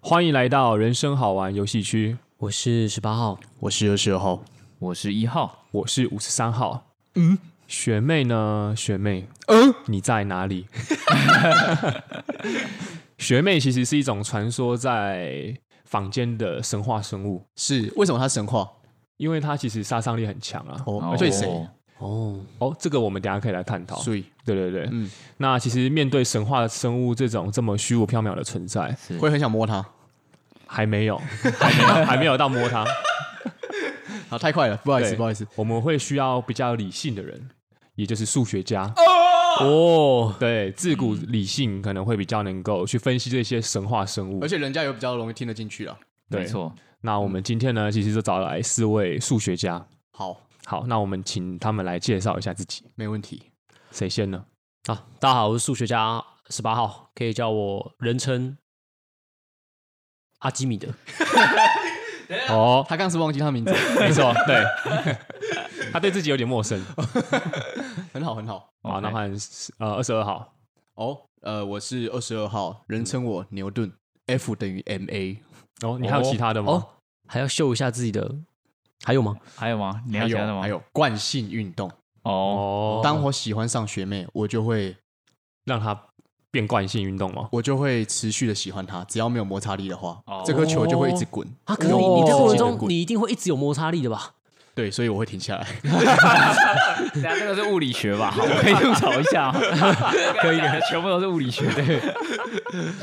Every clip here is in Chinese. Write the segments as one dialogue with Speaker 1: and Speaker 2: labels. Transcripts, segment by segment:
Speaker 1: 欢迎来到人生好玩游戏区，
Speaker 2: 我是十八号，
Speaker 3: 我是二十二号，
Speaker 4: 我是一号，
Speaker 1: 我是五十三号。嗯，学妹呢？学妹，
Speaker 3: 嗯，
Speaker 1: 你在哪里？ 学妹其实是一种传说在坊间的神话生物，
Speaker 3: 是为什么他神话？
Speaker 1: 因为它其实杀伤力很强啊。
Speaker 3: 哦，
Speaker 4: 哦
Speaker 3: 而且谁？
Speaker 2: 哦，
Speaker 1: 哦，这个我们等一下可以来探讨。
Speaker 3: 所以
Speaker 1: 对对对，
Speaker 3: 嗯
Speaker 1: 那其实面对神话生物这种这么虚无缥缈的存在，
Speaker 3: 会很想摸他。
Speaker 1: 还没有，还没有，还没有到摸它。
Speaker 3: 好，太快了，不好意思，
Speaker 1: 对
Speaker 3: 不好意思。
Speaker 1: 我们会需要比较理性的人，也就是数学家。
Speaker 2: 哦，
Speaker 1: 对，自古理性可能会比较能够去分析这些神话生物
Speaker 3: 而。且人家有比较容易听得进去了。
Speaker 1: 对
Speaker 4: 没错，
Speaker 1: 那我们今天呢，其实就找来四位数学家。
Speaker 3: 好，
Speaker 1: 好，那我们请他们来介绍一下自己。
Speaker 3: 没问题。
Speaker 1: 谁先呢？
Speaker 2: 啊，大家好，我是数学家十八号，可以叫我人称阿基米德。
Speaker 1: 哦，
Speaker 3: 他刚是忘记他名字，
Speaker 1: 没错，对， 他对自己有点陌生。
Speaker 3: 很好，很好。
Speaker 1: 好，
Speaker 4: OK
Speaker 1: 那换呃二十二号。
Speaker 3: 哦，呃，我是二十二号，人称我牛顿，F 等于 ma。
Speaker 1: 哦，你还有其他的吗？
Speaker 2: 哦，还要秀一下自己的，还有吗？
Speaker 4: 还有吗？你
Speaker 3: 还
Speaker 4: 要讲的
Speaker 3: 有
Speaker 4: 吗？
Speaker 3: 还有惯性运动。
Speaker 1: 哦，
Speaker 4: 哦，
Speaker 3: 当我喜欢上学妹，我就会
Speaker 1: 让他变惯性运动吗？
Speaker 3: 我就会持续的喜欢她，只要没有摩擦力的话
Speaker 4: 哦，
Speaker 3: 这颗球就会一直滚。
Speaker 2: 啊，可
Speaker 3: 我
Speaker 2: 是你
Speaker 3: 会
Speaker 2: 你在
Speaker 3: 一直
Speaker 2: 过程
Speaker 3: 记得
Speaker 2: 中，
Speaker 3: 滚
Speaker 2: 你一定会一直有摩擦力的吧？
Speaker 3: 对，所以我会停下来。
Speaker 4: 等下这个是物理学 吧？好，我 可以吐槽一下吗，可以的，全部都是物理学。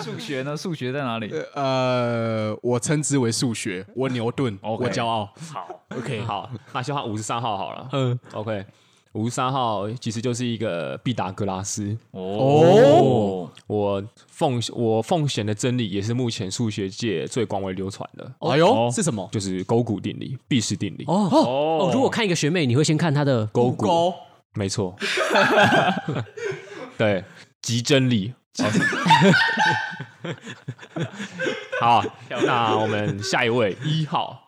Speaker 4: 数学呢？数学在哪里？
Speaker 3: 呃，我称之为数学，我牛顿
Speaker 4: OK
Speaker 3: 我骄傲。
Speaker 4: 好，
Speaker 1: OK，好， 那先换五十三号好了。
Speaker 2: 嗯，
Speaker 1: OK，五十三号其实就是一个毕达哥拉斯。
Speaker 4: 哦，
Speaker 1: 我奉我奉献的真理也是目前数学界最广为流传的，
Speaker 3: 哎呦，是什么？
Speaker 1: 就是勾股定理、毕氏定理。
Speaker 2: 哦
Speaker 4: 哦
Speaker 2: 哦，如果看一个学妹，你会先看她的
Speaker 1: 勾股，
Speaker 3: 勾
Speaker 1: 没错。 对，极真理。哦 好，那我们下一位一号，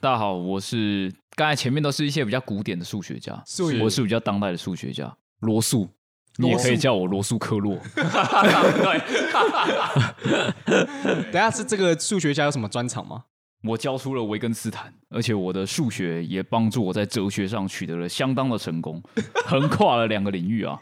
Speaker 4: 大家好，我是刚才前面都是一些比较古典的数学家，
Speaker 3: 所以
Speaker 4: 我是比较当代的数学家，罗素。你也可以叫我罗素克洛，
Speaker 3: 等下是这个数学家有什么专长吗？
Speaker 4: 我教出了维根斯坦，而且我的数学也帮助我在哲学上取得了相当的成功，横跨了两个领域啊。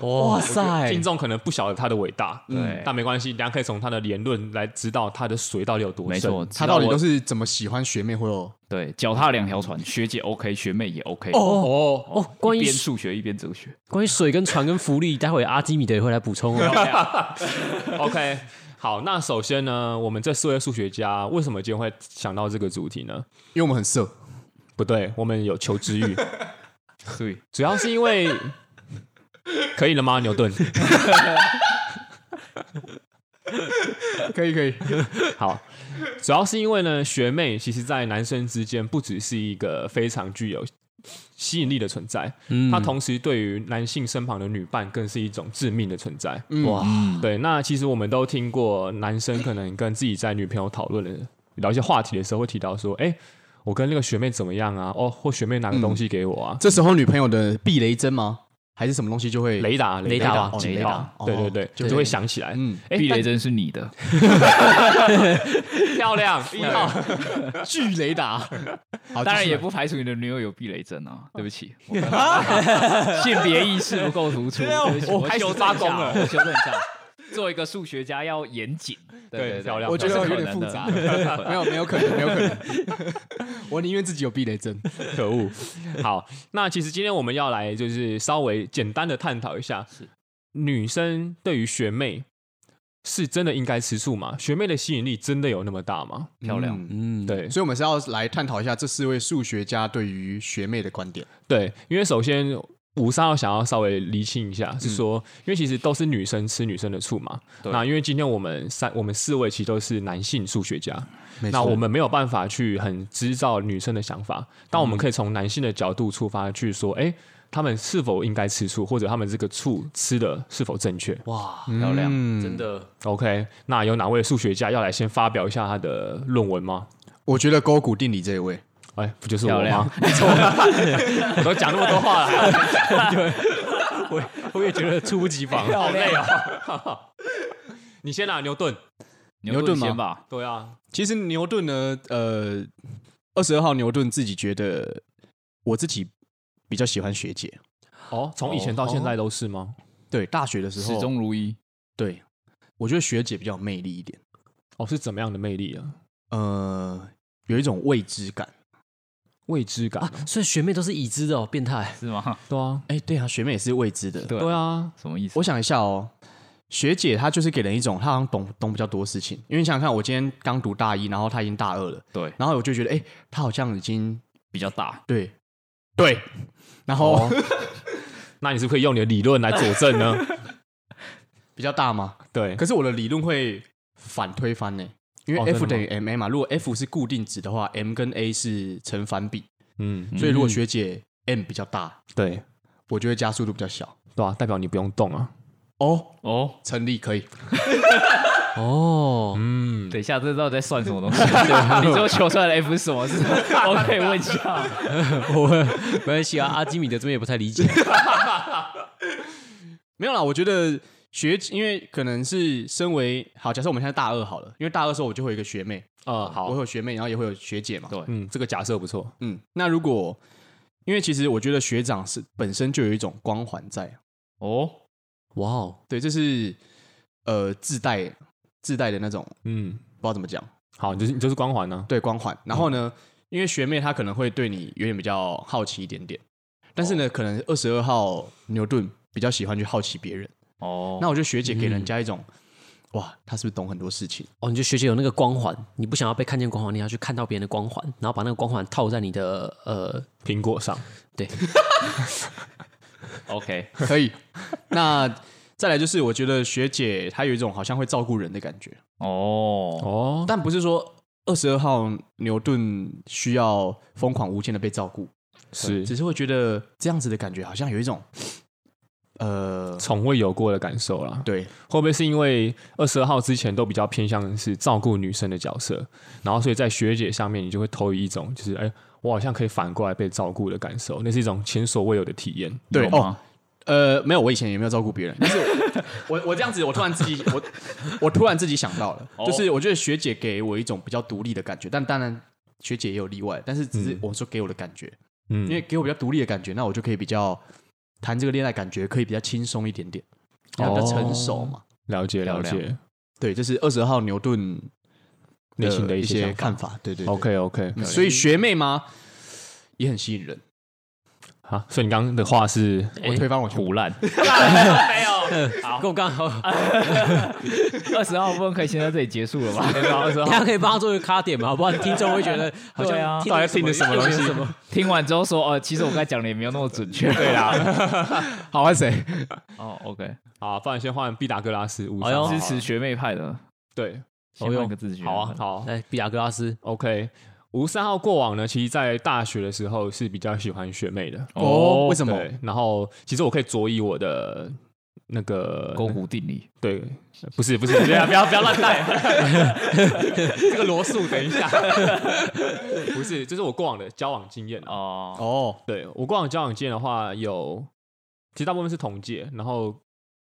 Speaker 2: 哇塞
Speaker 1: 听众可能不晓得他的伟大，
Speaker 4: 对
Speaker 1: 但没关系，大家可以从他的言论来知道他的水到底有多深。
Speaker 4: 没错，
Speaker 3: 他到底
Speaker 4: 是。
Speaker 3: 都是怎么喜欢学妹或有？
Speaker 4: 对，脚踏两条船，学姐 OK，学妹也 OK。
Speaker 2: 哦哦，关
Speaker 4: 一
Speaker 2: 于
Speaker 4: 边数学一边哲学，
Speaker 2: 关于水跟船跟浮力，待会阿基米德也会来补充哦。
Speaker 1: OK，好，那首先呢，我们这四位数学家为什么今天会想到这个主题呢？
Speaker 3: 因为我们很色，
Speaker 1: 不对，我们有求知欲，
Speaker 4: 对，
Speaker 1: 主要是因为可以了吗？牛顿，
Speaker 3: 可以可以。
Speaker 1: 好，主要是因为呢，学妹其实，在男生之间不只是一个非常具有吸引力的存在，
Speaker 2: 嗯
Speaker 1: 她同时对于男性身旁的女伴更是一种致命的存在。
Speaker 2: 哇，
Speaker 1: 对，那其实我们都听过，男生可能跟自己在女朋友讨论的聊一些话题的时候，会提到说，哎、我跟那个学妹怎么样啊？哦，或学妹拿个东西给我啊？
Speaker 3: 这时候女朋友的避雷针吗？还是什么东西就会？
Speaker 1: 雷达，
Speaker 2: 雷达
Speaker 1: 达
Speaker 2: 吧，
Speaker 1: 警
Speaker 3: 雷
Speaker 1: 报
Speaker 3: 达哦
Speaker 1: 对对对，就就会想起来。嗯
Speaker 3: 嗯，
Speaker 1: 哎，
Speaker 4: 避雷
Speaker 1: 但
Speaker 4: 针是你的，
Speaker 1: 漂亮，一号。
Speaker 3: 巨雷达。好，
Speaker 4: 当
Speaker 3: 继
Speaker 4: 然
Speaker 3: 续
Speaker 4: 也不排除你的女友有避雷针啊。对不起，我性别意识不够突出，对不起
Speaker 1: 我
Speaker 4: 我
Speaker 1: 开始
Speaker 4: 修正
Speaker 1: 发
Speaker 4: 一
Speaker 1: 功
Speaker 4: 下
Speaker 1: 了
Speaker 4: 我修正一下。作为一个数学家要严谨，
Speaker 1: 对
Speaker 4: 对，
Speaker 1: 漂亮
Speaker 3: 我觉得有点复杂，没 有没有可能，没有可能。 我宁愿自己有避雷针。
Speaker 1: 可恶。好，那其实今天我们要来就是稍微简单的探讨一下，女生对于学妹是真的应该吃醋吗？学妹的吸引力真的有那么大吗？
Speaker 4: 漂亮
Speaker 3: 嗯
Speaker 2: 嗯，
Speaker 1: 对，
Speaker 3: 所以，我们是要来探讨一下这四位数学家对于学妹的观点。
Speaker 1: 对，因为首先五三号想要稍微厘清一下，是说，因为其实都是女生吃女生的醋嘛。
Speaker 4: 对
Speaker 1: 那因为今天我们三我们四位其实都是男性数学家，
Speaker 3: 没
Speaker 1: 那
Speaker 3: 错
Speaker 1: 我们没有办法去很知道女生的想法，但我们可以从男性的角度出发去说，哎、他们是否应该吃醋，或者他们这个醋吃的是否正确
Speaker 2: 哇，
Speaker 4: 漂亮。
Speaker 3: 嗯，
Speaker 2: 真的
Speaker 1: ？OK，那有哪位数学家要来先发表一下他的论文吗？
Speaker 3: 我觉得勾股定理这一位，
Speaker 1: 哎，不就是我
Speaker 4: 漂
Speaker 1: 吗
Speaker 4: 亮？
Speaker 1: 没错，我都讲那么多话 了，还要
Speaker 2: 我也觉得猝不及防。
Speaker 1: 啊好累哦。你先拿牛顿，
Speaker 4: 牛
Speaker 3: 牛顿吗
Speaker 4: 先吧，
Speaker 1: 对啊，
Speaker 3: 其实牛顿呢，呃，二十二号牛顿自己觉得，我自己比较喜欢学姐。
Speaker 1: 哦，从以前到现在都是吗？
Speaker 3: 对，大学的时候，
Speaker 4: 始终如一。
Speaker 3: 对，我觉得学姐比较有魅力一点，
Speaker 1: 哦，是怎么样的魅力啊？
Speaker 3: 呃，有一种未知感。
Speaker 1: 未知感、
Speaker 2: 啊
Speaker 1: 啊，，
Speaker 2: 所以学妹都是已知的哦，变态。
Speaker 4: 是吗？
Speaker 1: 对啊，
Speaker 3: 哎，对啊，学妹也是未知的。
Speaker 4: 对
Speaker 1: 对啊，
Speaker 4: 什么意思？
Speaker 3: 我想一下哦，学姐她就是给人一种她好像懂懂比较多事情，因为你想想看，我今天刚读大一，然后她已经大二了，
Speaker 4: 对，
Speaker 3: 然后我就觉得，哎，她好像已经
Speaker 4: 比较大。
Speaker 3: 对对，然后、
Speaker 1: 那你是不是可以用你的理论来佐证呢？
Speaker 3: 比较大嘛，
Speaker 1: 对，
Speaker 3: 可是我的理论会反推翻呢、因
Speaker 1: 哦
Speaker 3: 为
Speaker 1: 真的
Speaker 3: F
Speaker 1: 吗
Speaker 3: 等于 m a 嘛，如果 F 是固定值的话，m 跟 a 是成反比，
Speaker 1: 嗯，
Speaker 3: 所以如果学姐 m 比较大，
Speaker 1: 对，
Speaker 3: 我就会加速度比较小。
Speaker 1: 对啊，代表你不用动啊。
Speaker 3: 哦，
Speaker 4: 哦，
Speaker 3: 成立可以，
Speaker 2: 哦，
Speaker 1: 嗯，
Speaker 4: 等一下，这到底在算什么东西？你最后求出来的 F 是什么？是我可以问一下。
Speaker 2: 我没关系啊，阿基米德这边也不太理解。
Speaker 3: 没有啦，我觉得学，因为可能是身为好，假设我们现在大二好了，因为大二的时候我就会有一个学妹，
Speaker 1: 呃，
Speaker 3: 我
Speaker 1: 好
Speaker 3: 会，有学妹，然后也会有学姐嘛。
Speaker 4: 对
Speaker 1: 嗯，这个假设不错。
Speaker 3: 嗯，那如果因为其实我觉得学长是本身就有一种光环在，
Speaker 4: 哦，
Speaker 2: 哇哦，
Speaker 3: 对，这是呃自带自带的那种，不
Speaker 1: 嗯，
Speaker 3: 知道怎么讲，
Speaker 1: 好，你就是你就是光环啊呢、
Speaker 3: 对光环。然后呢，因为学妹她可能会对你有点比较好奇一点点，但是呢，可能二十二号牛顿比较喜欢去好奇别人。
Speaker 4: 哦，
Speaker 3: 那我觉得学姐给人家一种，哇，她是不是懂很多事情？
Speaker 2: 哦，你就学姐有那个光环，你不想要被看见光环，你要去看到别人的光环，然后把那个光环套在你的呃，
Speaker 1: 苹果上，
Speaker 2: 对，
Speaker 4: OK，
Speaker 3: 可以。那再来就是，我觉得学姐她有一种好像会照顾人的感觉，
Speaker 4: 哦，
Speaker 1: 哦，
Speaker 3: 但不是说二十二号牛顿需要疯狂无限的被照顾，
Speaker 1: 是
Speaker 3: 只是会觉得这样子的感觉好像有一种，呃，
Speaker 1: 从未有过的感受啦。
Speaker 3: 对，
Speaker 1: 会不会是因为二十二号之前都比较偏向是照顾女生的角色，然后所以在学姐上面你就会投以一种就是哎、我好像可以反过来被照顾的感受，那是一种前所未有的体验。
Speaker 3: 对
Speaker 4: 有吗？
Speaker 3: 呃，没有，我以前也没有照顾别人，但是我我我这样子，我突然自己我我突然自己想到了，
Speaker 4: 哦
Speaker 3: 就是我觉得学姐给我一种比较独立的感觉，但当然学姐也有例外，但是只是
Speaker 1: 嗯
Speaker 3: 我说给我的感觉，
Speaker 1: 嗯，
Speaker 3: 因为给我比较独立的感觉，那我就可以比较谈这个恋爱，感觉可以比较轻松一点点，比较成熟嘛。
Speaker 1: 了解了
Speaker 4: 漂
Speaker 1: 解
Speaker 3: 对，这是二十号牛顿
Speaker 1: 内心的一
Speaker 3: 一些
Speaker 1: 些
Speaker 3: 看法，对对对
Speaker 1: OK OK，
Speaker 3: 嗯所以学妹嘛也很吸引人。
Speaker 1: 好，所以你刚刚的话是
Speaker 3: 我推翻我全部
Speaker 4: 胡烂。没有。好，
Speaker 2: 够刚好，
Speaker 4: 二十号部分可以先在这里结束了吧？二十
Speaker 2: 大家可以帮他做一个卡点嘛，不然听众会觉 得好
Speaker 4: 对啊
Speaker 2: 像
Speaker 1: 到底在听的什么东西
Speaker 2: 什么
Speaker 4: 听完之后说，哦，其实我刚才讲的也没有那么准确。对啦。
Speaker 3: 好，换谁？
Speaker 4: 哦，OK，
Speaker 1: 好，不然先换毕达哥拉斯五
Speaker 2: 哎呦
Speaker 1: 三
Speaker 4: 哦支持学妹派的，
Speaker 1: 对，
Speaker 4: 先换个支持学妹派。
Speaker 2: 好啊
Speaker 1: 好
Speaker 2: 来，比亚格拉斯，
Speaker 1: OK。吴三号过往呢，其实在大学的时候是比较喜欢学妹的，
Speaker 3: 哦，为什么？
Speaker 1: 对。然后其实我可以佐以我的那个
Speaker 4: 勾股定理。
Speaker 1: 对，呃不是不是，不要不要不要乱带，这个罗素，等一下， 不是，这是我过往的交往经验啊。
Speaker 4: 哦，
Speaker 3: 哦，
Speaker 1: 对我过往交往经验的话，有其实大部分是同届，然后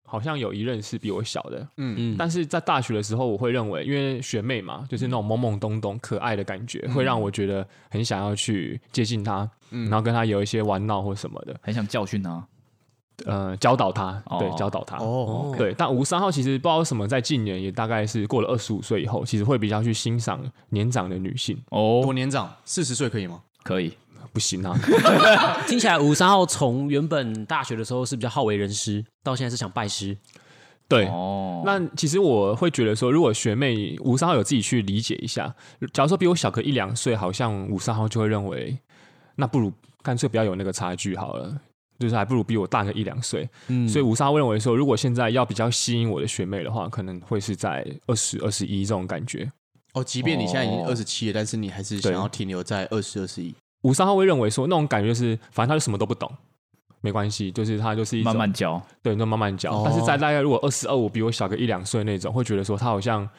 Speaker 1: 好像有一任是比我小的，
Speaker 3: 嗯，
Speaker 2: 嗯，
Speaker 1: 但是在大学的时候，我会认为，因为学妹嘛，就是那种懵懵懂懂、可爱的感觉，会让我觉得很想要去接近她，
Speaker 3: 嗯
Speaker 1: 然后跟她有一些玩闹或什么的，
Speaker 4: 很想教训他。
Speaker 1: 呃，教导她，对，
Speaker 4: 哦
Speaker 1: 教导她。
Speaker 3: 哦，
Speaker 2: 哦，
Speaker 1: 对，但吴三号其实不知道为什么，在近年也大概是过了二十五岁以后，其实会比较去欣赏年长的女性。
Speaker 4: 哦，
Speaker 3: 我年长四十岁可以吗？
Speaker 4: 可以。
Speaker 1: 不行啊，
Speaker 2: 听起来五三号从原本大学的时候是比较好为人师，到现在是想拜师，
Speaker 1: 对。
Speaker 4: 哦，
Speaker 1: 那其实我会觉得说，如果学妹吴三号有自己去理解一下，假如说比我小个一两岁，好像吴三号就会认为，那不如干脆不要有那个差距好了，就是还不如比我大个一两岁。
Speaker 2: 嗯，
Speaker 1: 所以吴三号会认为说，如果现在要比较吸引我的学妹的话，可能会是在二十二十一这种感觉。
Speaker 3: 哦，即便你现在已经
Speaker 4: 哦
Speaker 3: 二十七了，但是你还是想要停留在二十、二十一。
Speaker 1: 吴三号会认为说，那种感觉就是，反正他就什么都不懂，没关系，就是他就是一种
Speaker 4: 慢慢教。
Speaker 1: 对，就慢慢教。
Speaker 3: 哦
Speaker 1: 但是在大概如果二十二五比我小个一两岁那种，会觉得说他好像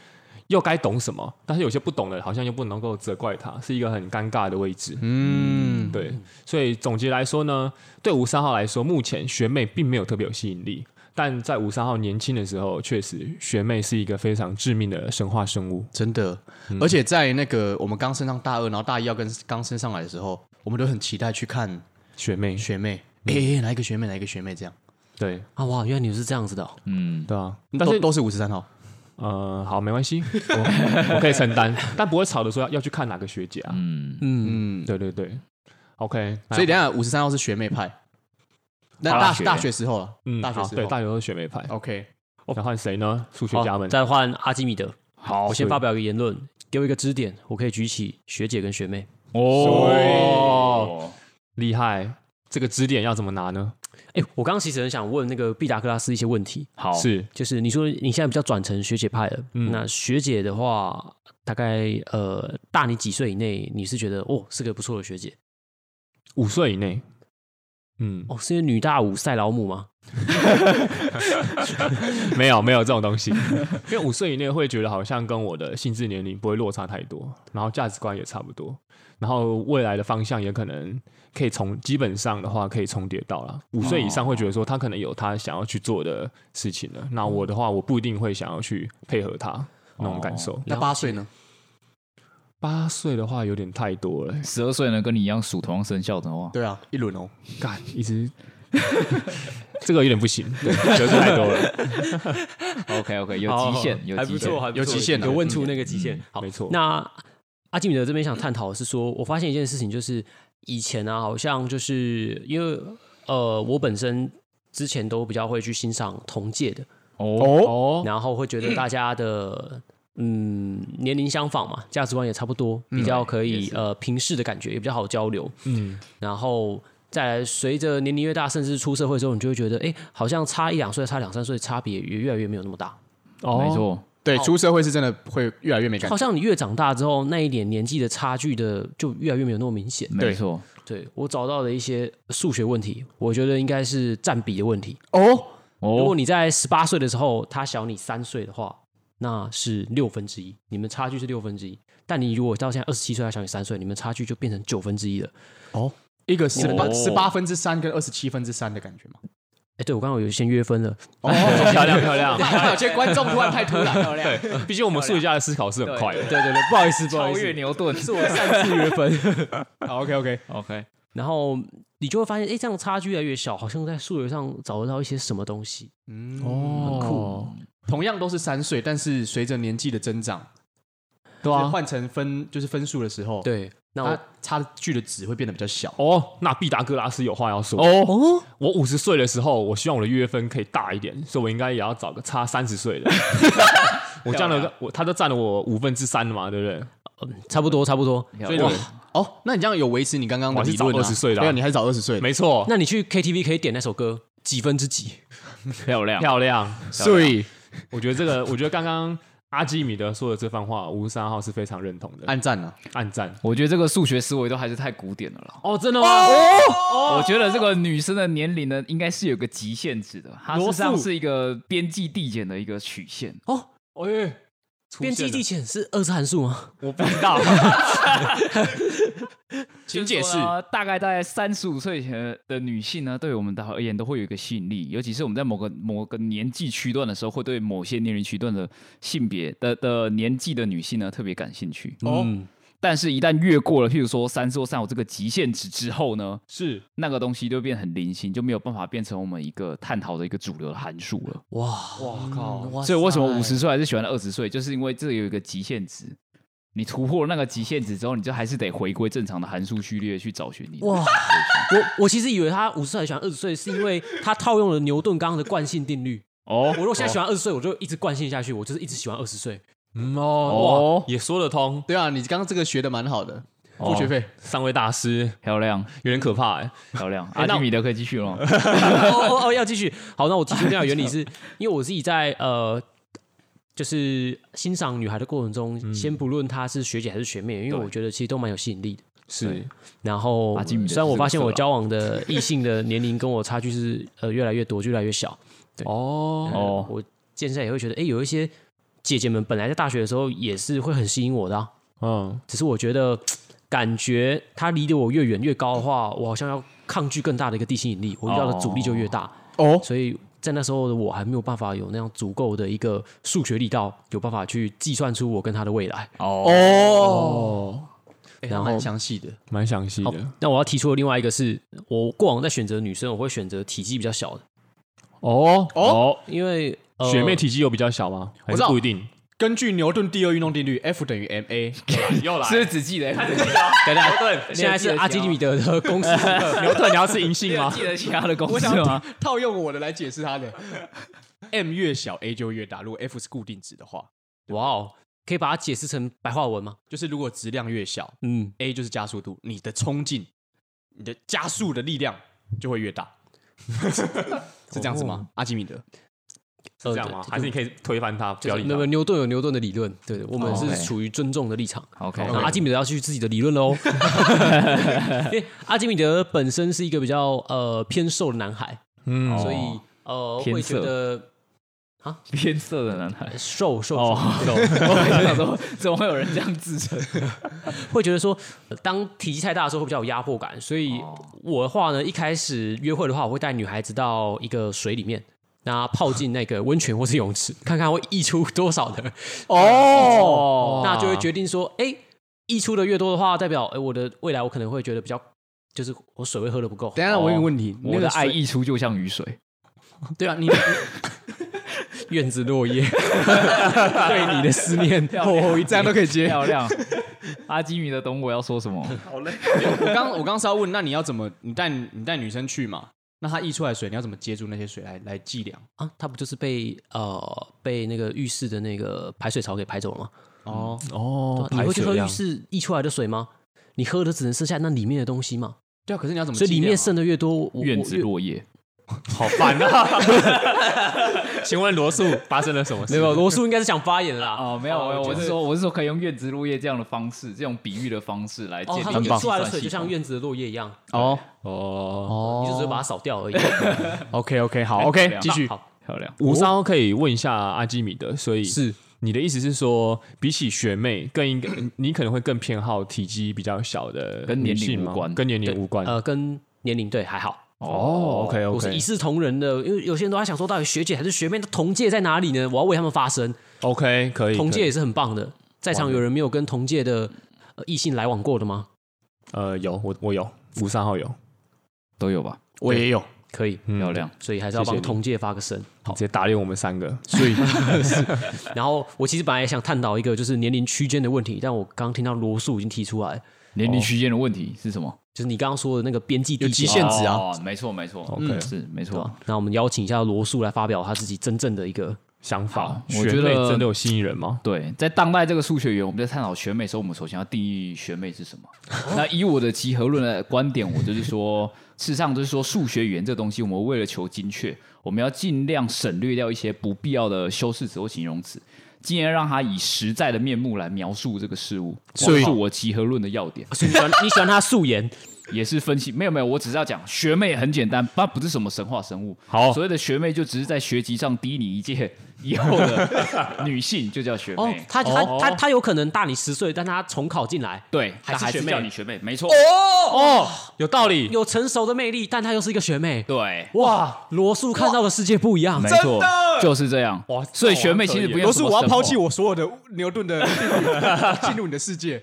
Speaker 1: 又该懂什么，但是有些不懂的，好像又不能够责怪他，是一个很尴尬的位置。
Speaker 3: 嗯，
Speaker 1: 对，所以总结来说呢，对吴三号来说，目前学妹并没有特别有吸引力。但在五三号年轻的时候，确实学妹是一个非常致命的神话生物。
Speaker 3: 真的。而且在那个我们刚升上大二，然后大一要跟刚升上来的时候，我们都很期待去看
Speaker 1: 学妹，
Speaker 3: 学妹，哎、哪一个学妹，哪一个学妹这样。
Speaker 1: 对
Speaker 2: 啊哇，原来你们是这样子的哦、
Speaker 4: 嗯，
Speaker 1: 对啊，但
Speaker 3: 但是
Speaker 1: 是
Speaker 3: 都是五十三号，
Speaker 1: 呃，好，没关系，我 我可以承担，但不会吵着说要要去看哪个学姐啊。
Speaker 4: 嗯，
Speaker 2: 嗯，
Speaker 3: 嗯，
Speaker 1: 对对对，OK，
Speaker 3: 所以等一下五十三号是学妹派，那
Speaker 4: 大
Speaker 3: 大
Speaker 4: 学
Speaker 3: 大学时候了，
Speaker 1: 嗯，
Speaker 3: 大学
Speaker 1: 好
Speaker 3: 时
Speaker 1: 对
Speaker 3: 候
Speaker 1: 大学都是学妹派，
Speaker 3: ，OK，
Speaker 1: 那换谁呢？数学
Speaker 2: 好
Speaker 1: 家们，
Speaker 2: 哦
Speaker 1: 哦
Speaker 2: 再换阿基米德，
Speaker 4: 好
Speaker 2: 我，先发表一个言论，给我一个支点，我可以举起学姐跟学妹。
Speaker 4: 哦，
Speaker 1: 厉害，这个支点要怎么拿呢？
Speaker 2: 哎、我刚刚其实很想问那个毕达哥拉斯一些问题，
Speaker 4: 好，
Speaker 1: 是
Speaker 2: 就是你说你现在比较转成学姐派了，
Speaker 1: 嗯
Speaker 2: 那学姐的话，大概呃大你几岁以内，你是觉得哦是个不错的学姐
Speaker 1: 五岁以内，嗯，
Speaker 2: 哦，是因为女大五赛老母吗？
Speaker 1: 没有没有这种 东西，因为五岁以内会觉得好像跟我的心智年龄不会落差太多，然后价值观也差不多，然后未来的方向也可能可以从基本上的话可以重叠到了。五岁以
Speaker 2: 哦
Speaker 1: 上会觉得说他可能有他想要去做的事情了，那我的话我不一定会想要去配合他那种感
Speaker 2: 哦
Speaker 1: 受。
Speaker 3: 那八岁呢？
Speaker 1: 八岁的话有点太多了、欸，
Speaker 4: 十二岁呢，跟你一样属同样生肖的话，
Speaker 3: 对啊，一轮哦，
Speaker 1: 干一直 这个有点不行， 对，觉得太多了，
Speaker 4: OK OK，有极限，有
Speaker 2: 哦还
Speaker 4: 极
Speaker 2: 不
Speaker 4: 限
Speaker 2: 错，还不错
Speaker 3: 有极限啊
Speaker 2: 有问出那个极限。好，
Speaker 1: 没错。
Speaker 2: 嗯那阿基米德这边想探讨的是说，我发现一件事情，就是以前啊，好像就是因为呃，我本身之前都比较会去欣赏同届的，
Speaker 4: 哦，
Speaker 1: 哦，
Speaker 2: 然后会觉得大家的嗯年龄相仿嘛，价值观也差不多，比较可以、呃平视的感觉，也比较好交流。
Speaker 1: 嗯，
Speaker 2: 然后再来，随着年龄越大，甚至出社会之后，你就会觉得，哎，好像差一两岁、差两三岁，差别也越来越没有那么大。
Speaker 1: 哦，
Speaker 4: 没，错，
Speaker 3: 对，出社会是真的会越来越没感
Speaker 2: 好
Speaker 3: 觉，
Speaker 2: 像你越长大之后，那一点年纪的差距的就越来越没有那么明显。
Speaker 4: 没错，
Speaker 2: 对我找到的一些数学问题，我觉得应该是占比的问题。
Speaker 3: 哦，
Speaker 2: 如果
Speaker 4: 哦，
Speaker 2: 你在十八岁的时候，他小你三岁的话，那是六分之一，你们差距是六分之一。但你如果到现在二十七岁，他小你三岁，你们差距就变成九分之一了。
Speaker 3: 一个十八
Speaker 4: 哦
Speaker 3: 十八分之三跟二十七分之三的感觉嘛，
Speaker 2: 哎，对我刚刚有先约分了，
Speaker 3: 哦，
Speaker 1: 漂亮漂亮。
Speaker 3: 有些观众突然太突然，漂 亮，
Speaker 1: 毕竟我们数学家的思考是很快的。
Speaker 2: 对对对，不好意思，不
Speaker 4: 超越牛顿，是我
Speaker 2: 擅自约分。
Speaker 3: 好，OK OK，
Speaker 4: OK，
Speaker 2: 然后你就会发现，哎，这样差距越来越小，好像在数学上找得到一些什么东西。
Speaker 3: 嗯，
Speaker 1: 哦，
Speaker 3: 很酷。同样都是三岁，但是随着年纪的增长，
Speaker 1: 对
Speaker 3: 就是
Speaker 1: 啊，
Speaker 3: 换成分就是分数的时候，，
Speaker 2: 对，那
Speaker 3: 它
Speaker 2: 我
Speaker 3: 差距的值会变得比较小。
Speaker 1: 哦，那毕达哥拉斯有话要说。
Speaker 2: 哦，
Speaker 1: 我五十岁的时候，我希望我的月分可以大一点，所以我应该也要找个差三十 岁的。我这样的我，他都占了我五分之三了嘛，对不对？
Speaker 2: 嗯差不多差不多。
Speaker 4: 所
Speaker 1: 所以
Speaker 4: 我
Speaker 1: 我
Speaker 3: 哦，那你这样有维持你刚刚的
Speaker 1: 我还是
Speaker 3: 理论啊？
Speaker 1: 找20岁的啊
Speaker 3: 对啊，你还是找二十岁的，
Speaker 1: 没错，
Speaker 2: 那你去 KTV 可以点那首歌几分之几？
Speaker 4: 漂亮，
Speaker 1: 漂亮。
Speaker 3: 岁，
Speaker 1: 我觉得这个，我觉得刚刚阿基米德说的这番话，吴三号是非常认同的，
Speaker 3: 按赞啊，
Speaker 1: 暗赞。
Speaker 4: 我觉得这个数学思维都还是太古典了啦。
Speaker 1: 哦，真的吗？哦，
Speaker 4: 我觉得这个女生的年龄呢，应该是有个极限值的，它实际上是一个边际递减的一个曲线。
Speaker 1: 哎，出现
Speaker 2: 边
Speaker 1: 了
Speaker 2: 际递减是二次函数吗？
Speaker 1: 我不知 道。哦
Speaker 3: 请解释
Speaker 4: 就是。说呢大概在三十五岁以前的女性呢，对我们的而言都会有一个吸引力，尤其是我们在某个某个年纪区段的时候，会对某些年龄区段的性别的的年纪的女性呢特别感兴趣。
Speaker 3: 哦，
Speaker 1: 嗯
Speaker 4: 但是，一旦越过了，譬如说三十或三五这个极限值之后呢，
Speaker 1: 是
Speaker 4: 那个东西就变很零星，就没有办法变成我们一个探讨的一个主流的函数了。
Speaker 2: 哇
Speaker 1: 哇靠
Speaker 2: 哇
Speaker 4: 所以为什么
Speaker 2: 塞
Speaker 4: 五十岁还是喜欢二十岁，就是因为这有一个极限值。你突破那个极限值之后，你就还是得回归正常的函数序列去找寻你的
Speaker 2: 哇，我我其实以为他五十岁还喜欢二十岁，是因为他套用了牛顿刚刚的惯性定律。
Speaker 4: 哦
Speaker 2: 我如果现在喜欢二十岁，我就一直惯性下去，我就是一直喜欢二十岁。
Speaker 1: 嗯
Speaker 4: 哦
Speaker 1: 哦，哇，也说得通。
Speaker 3: 对啊，你刚刚这个学的蛮好的，
Speaker 4: 哦
Speaker 3: 付学费。
Speaker 1: 三位大师
Speaker 4: 漂亮
Speaker 1: 有点可怕哎。
Speaker 4: 漂亮，
Speaker 1: 哎
Speaker 4: 阿
Speaker 1: 那
Speaker 4: 基米德可以继续 了吗。
Speaker 2: 哦哦哦，要继续。好，那我提出这样的原 理是，因为我自己在呃，就是欣赏女孩的过程中，
Speaker 4: 嗯
Speaker 2: 先不论她是学姐还是学妹，因为我觉得其实都蛮有吸引力的。
Speaker 1: 是
Speaker 2: 然后
Speaker 4: 阿基米德
Speaker 2: 虽然我发现
Speaker 4: 是个色
Speaker 2: 我
Speaker 4: 狼
Speaker 2: 交往的异性的年龄跟我差距是呃越来越多，就越来越小。
Speaker 1: 哦
Speaker 4: 哦
Speaker 2: 哦，我渐渐也会觉得，哎、有一些姐姐们本来在大学的时候也是会很吸引我的、啊，
Speaker 1: 嗯，
Speaker 2: 只是我觉得感觉她离得我越远越高的话，我好像要抗拒更大的一个地心引力，我遇到的阻力就越大。
Speaker 3: 哦，
Speaker 2: 所以在那时候的我还没有办法有那样足够的一个数学力道，有办法去计算出我跟他的未来。
Speaker 3: 哦，
Speaker 2: 然后
Speaker 3: 蛮详细的，
Speaker 1: 蛮详细
Speaker 2: 好
Speaker 1: 的，
Speaker 2: 那我要提出的另外一个是，我过往在选择女生，我会选择体积比较小的，
Speaker 1: 哦
Speaker 3: 哦，
Speaker 2: 因为、呃、
Speaker 1: 学妹体积有比较小吗？还
Speaker 3: 知
Speaker 1: 是
Speaker 3: 道
Speaker 1: 不一定？
Speaker 3: 根据牛顿第二运动定律，F 等于 m a，
Speaker 1: 又来
Speaker 4: 是不是只记 得？他
Speaker 2: 等等，
Speaker 4: 你
Speaker 2: 现在是阿基里米德的公式，
Speaker 1: 牛顿，你要吃银杏
Speaker 4: 有
Speaker 1: 吗？
Speaker 4: 记得其他的公
Speaker 3: 我
Speaker 4: 式
Speaker 3: 想要
Speaker 4: 吗？
Speaker 3: 套用我的来解释它的 m 越小 a 就越大，如果 f 是固定值的话，
Speaker 2: 哇哦，可以把它解释成白话文吗？
Speaker 3: 就是如果质量越小
Speaker 2: 嗯，
Speaker 3: ，a 就是加速度，你的冲劲，你的加速的力量就会越大， 是这样子吗？阿基米德，
Speaker 1: 是这样吗？
Speaker 2: 呃
Speaker 1: 还是你可以推翻它，不
Speaker 2: 就
Speaker 1: 要
Speaker 2: 是
Speaker 1: 理
Speaker 2: 那个
Speaker 1: 它？
Speaker 2: 牛顿有牛顿的理论，对我们
Speaker 4: 哦
Speaker 2: 是
Speaker 4: OK
Speaker 2: 处于尊重的立场。
Speaker 4: OK
Speaker 2: 那阿基米德要去自己的理论 喽， 因为阿基米德本身是一个比较呃偏瘦的男孩，
Speaker 1: 嗯
Speaker 2: 所以呃
Speaker 4: 哦偏
Speaker 2: 会觉
Speaker 4: 色
Speaker 2: 得
Speaker 4: 变色的男孩。
Speaker 2: 瘦瘦
Speaker 4: 哦
Speaker 2: 瘦，
Speaker 4: 我想说，怎么会有人这样自称？
Speaker 2: 会觉得说，呃当体积太大的时候会比较有压迫感，所以
Speaker 4: 哦
Speaker 2: 我的话呢，一开始约会的话，我会带女孩子到一个水里面，那泡进那个温泉或是泳池，看看会溢出多少的，
Speaker 1: 哦
Speaker 2: 那就会决定说，哎，溢出的越多的话，代表哎我的未来我可能会觉得比较，就是我水会喝的不够。
Speaker 3: 等一下
Speaker 4: 哦
Speaker 3: 我有个问题，
Speaker 4: 我
Speaker 3: 那
Speaker 4: 的
Speaker 3: 个
Speaker 4: 爱
Speaker 3: 水
Speaker 4: 溢出就像雨水，
Speaker 3: 对啊，你
Speaker 2: 院子落 叶，对你的思念。
Speaker 3: 厚厚哦一这样都可以接。
Speaker 4: 漂 亮。阿基米德懂我要说什么？
Speaker 3: 我刚我刚是要问，那你要怎么？你带你带女生去嘛？那她溢出来的水，你要怎么接住那些水来来计量？
Speaker 2: 啊，他不就是被呃被那个浴室的那个排水槽给排走了吗？
Speaker 3: 哦，
Speaker 1: 哦，
Speaker 2: 你会去
Speaker 1: 排水
Speaker 2: 喝浴
Speaker 1: 量
Speaker 2: 室溢出来的水吗？你喝的只能剩下那里面的东西吗？
Speaker 3: 对啊，可是你要怎么
Speaker 2: 所
Speaker 3: 计量啊？
Speaker 2: 以里面剩的越多，我我
Speaker 4: 院子
Speaker 2: 越
Speaker 4: 落叶，
Speaker 1: 好烦啊！ 请问罗素发生了什么事？
Speaker 2: 没 有罗素应该是想发言啦。
Speaker 4: 哦，没有，没有，我哦是说，我是说可以用院子落叶这样的方式，这种比喻的方式来
Speaker 2: 哦，
Speaker 4: 建
Speaker 2: 他
Speaker 4: 立计
Speaker 2: 说溢
Speaker 4: 算系
Speaker 2: 出来的
Speaker 4: 统。
Speaker 2: 水就像院子的落叶一样，
Speaker 3: 哦
Speaker 1: 哦
Speaker 2: 你就
Speaker 3: 哦
Speaker 2: 只是把它扫掉而 已。
Speaker 3: ，OK OK，好
Speaker 4: 哎
Speaker 3: ，OK，
Speaker 4: 量
Speaker 3: 继续。
Speaker 2: 好，
Speaker 4: 漂亮，
Speaker 1: 无伤可以问一下阿基米德，所以是你的意思是说，比起学妹，更应该你可能会更偏好体积比较小的
Speaker 4: 跟年龄
Speaker 1: 女性吗
Speaker 4: 无关
Speaker 1: 跟年龄无关。
Speaker 2: 呃，跟年龄对还好。
Speaker 1: 哦，OK
Speaker 2: 我是
Speaker 1: OK
Speaker 2: 一视同仁的，因为有些人都在想说，到底学姐还是学妹的同届在哪里呢？我要为他们发声。
Speaker 1: OK，可以。
Speaker 2: 同届
Speaker 1: 可以
Speaker 2: 也是很棒的，在场有人没有跟同届的呃异性来往过的吗？
Speaker 1: 呃有我我有五三号有，
Speaker 4: 都有吧？
Speaker 3: 我也有，
Speaker 2: 可以，
Speaker 1: 嗯
Speaker 4: 漂亮，
Speaker 2: 所以还是要
Speaker 1: 谢谢
Speaker 2: 帮
Speaker 1: 你
Speaker 2: 同届发个声。
Speaker 1: 直接打脸我们三个。所 以
Speaker 2: 然后我其实本来也想探讨一个就是年龄区间的问题，但我刚听到罗素已经提出来，
Speaker 4: 年龄区间的问题是什么？
Speaker 2: 就是你刚刚说的那个边际递
Speaker 3: 有极
Speaker 2: 减
Speaker 3: 限值啊
Speaker 4: 哦，没错，没错嗯是没
Speaker 2: 对
Speaker 4: 错
Speaker 2: 吧。？那我们邀请一下罗素来发表他自己真正的一个
Speaker 1: 想法
Speaker 4: 好，我
Speaker 1: 学
Speaker 4: 觉
Speaker 1: 妹
Speaker 4: 得
Speaker 1: 真的有吸引人吗？
Speaker 4: 对，在当代这个数学园，我们在探讨学妹的时候，我们首先要定义学妹是什么。那以我的集合论的观点，我就是说，事实上就是说，数学园这东西，我们为了求精确，我们要尽量省略掉一些不必要的修饰词或形容词，尽量让它以实在的面目来描述这个事物。
Speaker 3: 所以
Speaker 4: 这是我集合论的要点，
Speaker 2: 所以你喜欢啊你喜欢他素颜，
Speaker 4: 也是分析。没有没有，我只是要讲，学妹很简单，它不是什么神话生物。
Speaker 1: 好
Speaker 4: 所谓的学妹就只是在学籍上低你一届以后的女性，就叫学妹。
Speaker 2: 哦，他他他他有可能大你十岁，但他重考进来，
Speaker 4: 对，
Speaker 2: 还
Speaker 4: 但
Speaker 2: 是
Speaker 4: 还
Speaker 2: 学
Speaker 4: 是
Speaker 2: 妹
Speaker 4: 叫你学妹，没错。
Speaker 1: 哦，有道理，
Speaker 2: 有成熟的魅力，但他又是一个学妹。
Speaker 4: 对，
Speaker 2: 哇，罗素看到的世界不一样，
Speaker 4: 没错，就是这样。
Speaker 1: 哇
Speaker 4: 所以学妹其实不用
Speaker 3: 罗
Speaker 4: 什
Speaker 3: 素，
Speaker 4: 么
Speaker 3: 我要
Speaker 4: 神
Speaker 3: 抛
Speaker 4: 话
Speaker 3: 弃我所有的牛顿的定律进入你的世 界。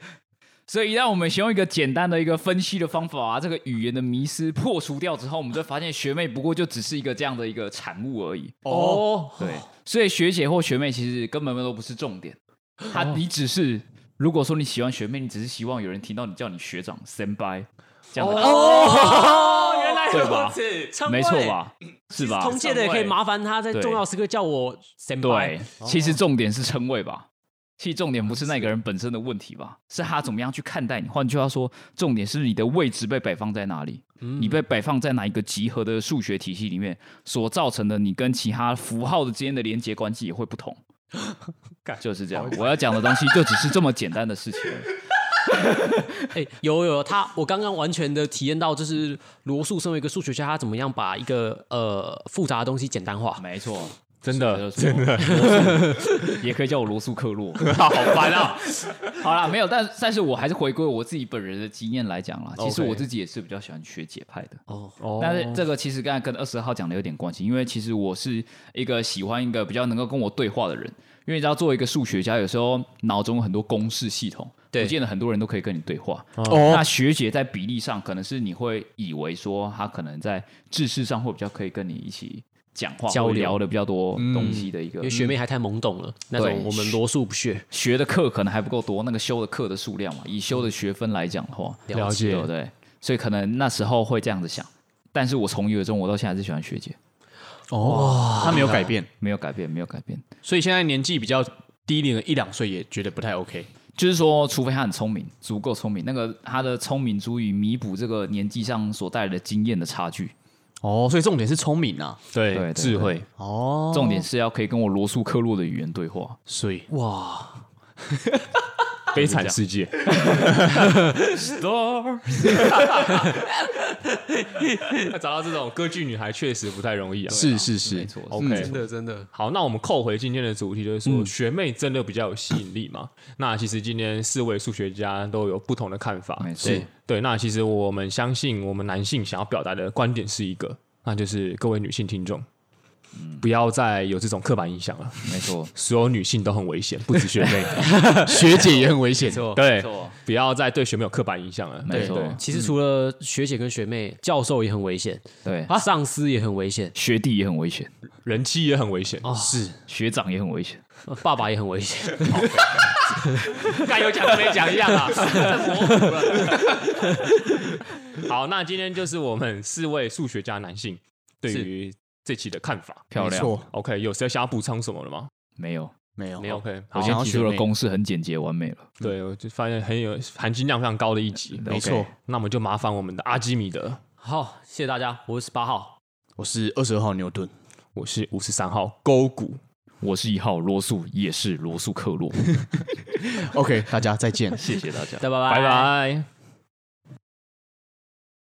Speaker 4: 所以，让我们先用一个简单的一个分析的方法，把这个语言的迷失破除掉之后，我们就发现学妹不过就只是一个这样的一个产物而已。
Speaker 1: 哦，
Speaker 4: 对，所以学姐或学妹其实根本都不是重点，
Speaker 2: 哦
Speaker 4: 她你只是如果说你喜欢学妹，你只是希望有人听到你叫你学长先拜这样的感觉，
Speaker 2: 哦，原来
Speaker 4: 对吧
Speaker 2: 此
Speaker 4: 没错？吧？是吧？
Speaker 2: 同届的也可以麻烦他在
Speaker 4: 对
Speaker 2: 重要时刻叫我 s e
Speaker 4: 对，其实重点是称谓吧。其实重点不是那个人本身的问题吧，是他怎么样去看待你。换句话说，重点是你的位置被摆放在哪里，你被摆放在哪一个集合的数学体系里面，所造成的你跟其他符号的之间的连接关系也会不同。就是这样，我要讲的东西就只是这么简单的事情而已。
Speaker 2: 哎、有有有他，我刚刚完全的体验到，就是罗素身为一个数学家，他怎么样把一个呃复杂的东西简单化。
Speaker 4: 没错，
Speaker 1: 真的
Speaker 4: 水
Speaker 1: 真的
Speaker 4: 也可以叫我罗素克洛。
Speaker 1: 好烦啊！
Speaker 4: 好啦，没有，但但是我还是回归我自己本人的经验来讲啦。其实
Speaker 1: OK
Speaker 4: 我自己也是比较喜欢学姐派的。
Speaker 2: 哦，
Speaker 1: 哦
Speaker 4: 但是这个其实刚才跟二十号讲的有点关系，因为其实我是一个喜欢一个比较能够跟我对话的人，因为你知道，作为一个数学家，有时候脑中有很多公式系统，
Speaker 2: 对
Speaker 4: 不见得很多人都可以跟你对话。
Speaker 3: 哦
Speaker 4: 那学姐在比例上，可能是你会以为说她可能在知识上会比较可以跟你一起讲话，
Speaker 2: 交
Speaker 4: 会
Speaker 2: 流
Speaker 4: 聊的比较多东西的一个
Speaker 2: 因为学妹还太懵懂了，那种
Speaker 4: 对
Speaker 2: 我们罗素不屑。
Speaker 4: 学的课可能还不够多，那个修的课的数量嘛，以修的学分来讲的话，
Speaker 1: 了解
Speaker 4: 对不对？所以可能那时候会这样子想，但是我从一而终，我到现在还是喜欢学姐，
Speaker 3: 哦，他没有改变，
Speaker 4: 没有改变，没有改变。
Speaker 3: 所以现在年纪比较低一点的一两岁也觉得不太 OK。
Speaker 4: 就是说，除非他很聪明，足够聪明，那个他的聪明足以弥补这个年纪上所带来的经验的差距。
Speaker 3: 哦，所以重点是聪明啊。
Speaker 1: 对
Speaker 4: 对对
Speaker 1: 智慧
Speaker 3: 哦，
Speaker 4: 重点是要可以跟我罗素克洛的语言对话。
Speaker 3: 所以
Speaker 2: 哇，
Speaker 1: 悲惨世界，要找到这种歌剧女孩确实不太容易啊。
Speaker 3: 是是
Speaker 4: 没
Speaker 3: 是，
Speaker 4: 错是嗯
Speaker 1: OK，
Speaker 2: 真的真的，
Speaker 1: 好，那我们扣回今天的主题，就是说、学妹真的比较有吸引力嘛？那其实今天四位数学家都有不同的看法，
Speaker 4: 没错
Speaker 1: 对对。那其实我们相信，我们男性想要表达的观点是一个，那就是各位女性听众，
Speaker 4: 嗯
Speaker 1: 不要再有这种刻板印象了。
Speaker 4: 没错，
Speaker 1: 所有女性都很危险，不止学妹，
Speaker 3: 学姐也很危险。
Speaker 1: 对，
Speaker 4: 错，
Speaker 1: 不要再对学妹有刻板印象了。
Speaker 4: 没
Speaker 3: 对
Speaker 4: 错，
Speaker 2: 其实除了学姐跟学妹，教授也很危险，
Speaker 4: 对，
Speaker 2: 上司也很危险，
Speaker 4: 学弟也很危险，
Speaker 1: 人妻也很危险，
Speaker 4: 哦
Speaker 2: 是
Speaker 4: 学长也很危险。
Speaker 2: 爸爸也很危险。
Speaker 1: 该有讲跟没讲一样啊， 好，那今天就是我们四位数学家男性对于这期的看法。
Speaker 4: 漂
Speaker 3: 没
Speaker 4: 亮，
Speaker 3: 错，
Speaker 1: OK，有谁想要补充什么了吗？
Speaker 4: 没有，
Speaker 3: 没有
Speaker 1: 没有。OK，好
Speaker 4: 我，今天提出
Speaker 3: 学
Speaker 4: 的
Speaker 3: 妹
Speaker 4: 公式很简洁完美了。
Speaker 1: 对我就发现很有含金量非常高的一集。
Speaker 3: 没
Speaker 1: OK，
Speaker 3: 错，
Speaker 1: 那我们就麻烦我们的阿基米德，
Speaker 2: 好，谢谢大家，我是十八号，
Speaker 3: 我是二十二号牛顿。
Speaker 1: 我是五十三号勾股，
Speaker 4: 我是一号罗素，也是罗素克洛。
Speaker 3: OK，大家再见。
Speaker 4: 谢谢大家。
Speaker 2: 拜拜
Speaker 1: 拜拜。